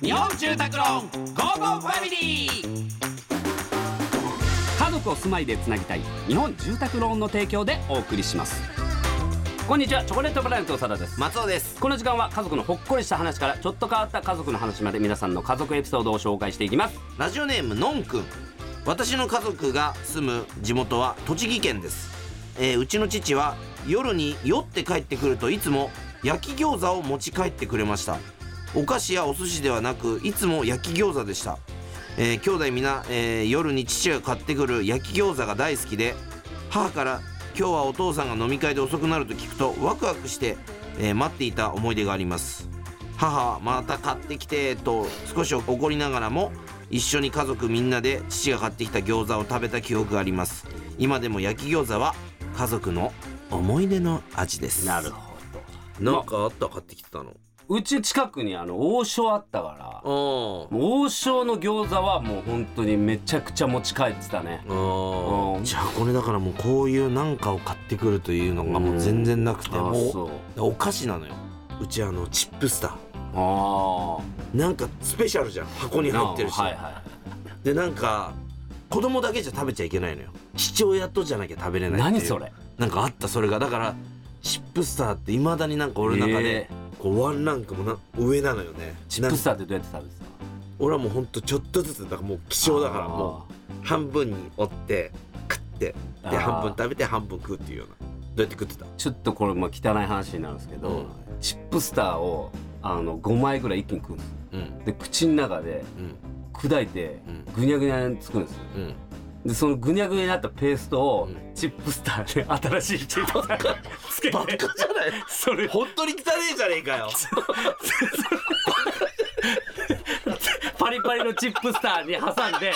日本住宅ローンゴーゴーファミリー家族を住まいでつなぎたい日本住宅ローンの提供でお送りしますこんにちはチョコレートプラネット長田です松尾ですこの時間は家族のほっこりした話からちょっと変わった家族の話まで皆さんの家族エピソードを紹介していきますラジオネームのんくん私の家族が住む地元は栃木県です、えーうちの父は夜に酔って帰ってくるといつも焼き餃子を持ち帰ってくれましたお菓子やお寿司ではなくいつも焼き餃子でした、えー兄弟皆、えー夜に父が買ってくる焼き餃子が大好きで母から今日はお父さんが飲み会で遅くなると聞くとワクワクして、えー待っていた思い出があります母はまた買ってきてと少し怒りながらも一緒に家族みんなで父が買ってきた餃子を食べた記憶があります今でも焼き餃子は家族の思い出の味ですほどなんかあった買ってきてたのうち近くにあの王将あったからあ王将の餃子はもう本当にめちゃくちゃ持ち帰ってたねあーうんじゃあこれだからもうこういうなんかを買ってくるというのがもう全然なくてあもーうそうお菓子なのようちあのチップスターあなんかスペシャルじゃん箱にー入ってるし、はいはでなんか子供だけじゃ食べちゃいけないのよ父親とじゃなきゃ食べれいないっていう何それなんかあったそれがだからチップスターっていまだになんか俺の中で、えーこうワンランクもな上なのよねチップスなターんかってどうやって食べてた俺はもうほんとちょっとずつだからもう希少だからもう半分に折って食ってあでー半分食べて半分食うっていうようなどうやって食ってたうちょっとこれまあ汚い話になるんですけど、うんチップスターをあの5枚ぐらい一気に食うんですうんで口の中でうん砕いてうんぐにゃぐにゃにつくんですようんでそのぐにゃぐにゃになったペーストをうんチップスターで新しいチップスターにつけバカてじゃないそれ本当に汚ねえじゃねえかよパリパリのチップスターに挟んで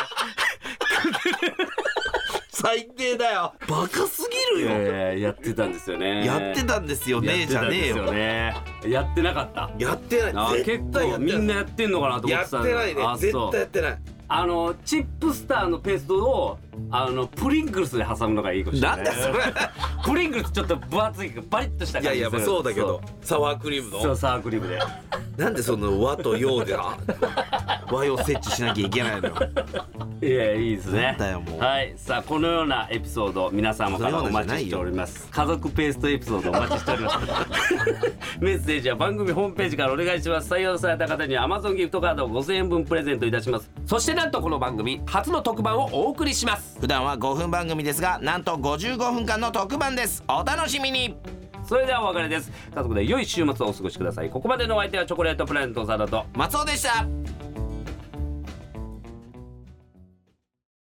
最低だよバカすぎるよ、えーやってたんですよねやってたんですよねじゃねえよやってたんですよねやってなかったやってないあ絶結対や構ってないみんなやってんのかなと思やっってたてんないねあ絶対そやうってないあのチップスターのペーストをあのプリングルスで挟むのがいいかもしれなないんだそれプリングルスちょっと分厚いからバリッとした い感やじいやまあするそうだけどサワークリームそうそのうサークリームでなんでその和と洋であ 和洋折衷しなきゃいけないのよいやいいですねだよもうはいさあこのようなエピソード皆様からお待ちしております家族ペーストエピソードお待ちしております メッセージは番組ホームページからお願いします採用された方には Amazon ギフトカードを5000円分プレゼントいたしますそしてなんとこの番組初の特番をお送りします普段は5分番組ですがなんと55分間の特番ですお楽しみにそれではお別れです家族で良い週末をお過ごしくださいここまでのお相手はチョコレートプラネット長田と松尾でした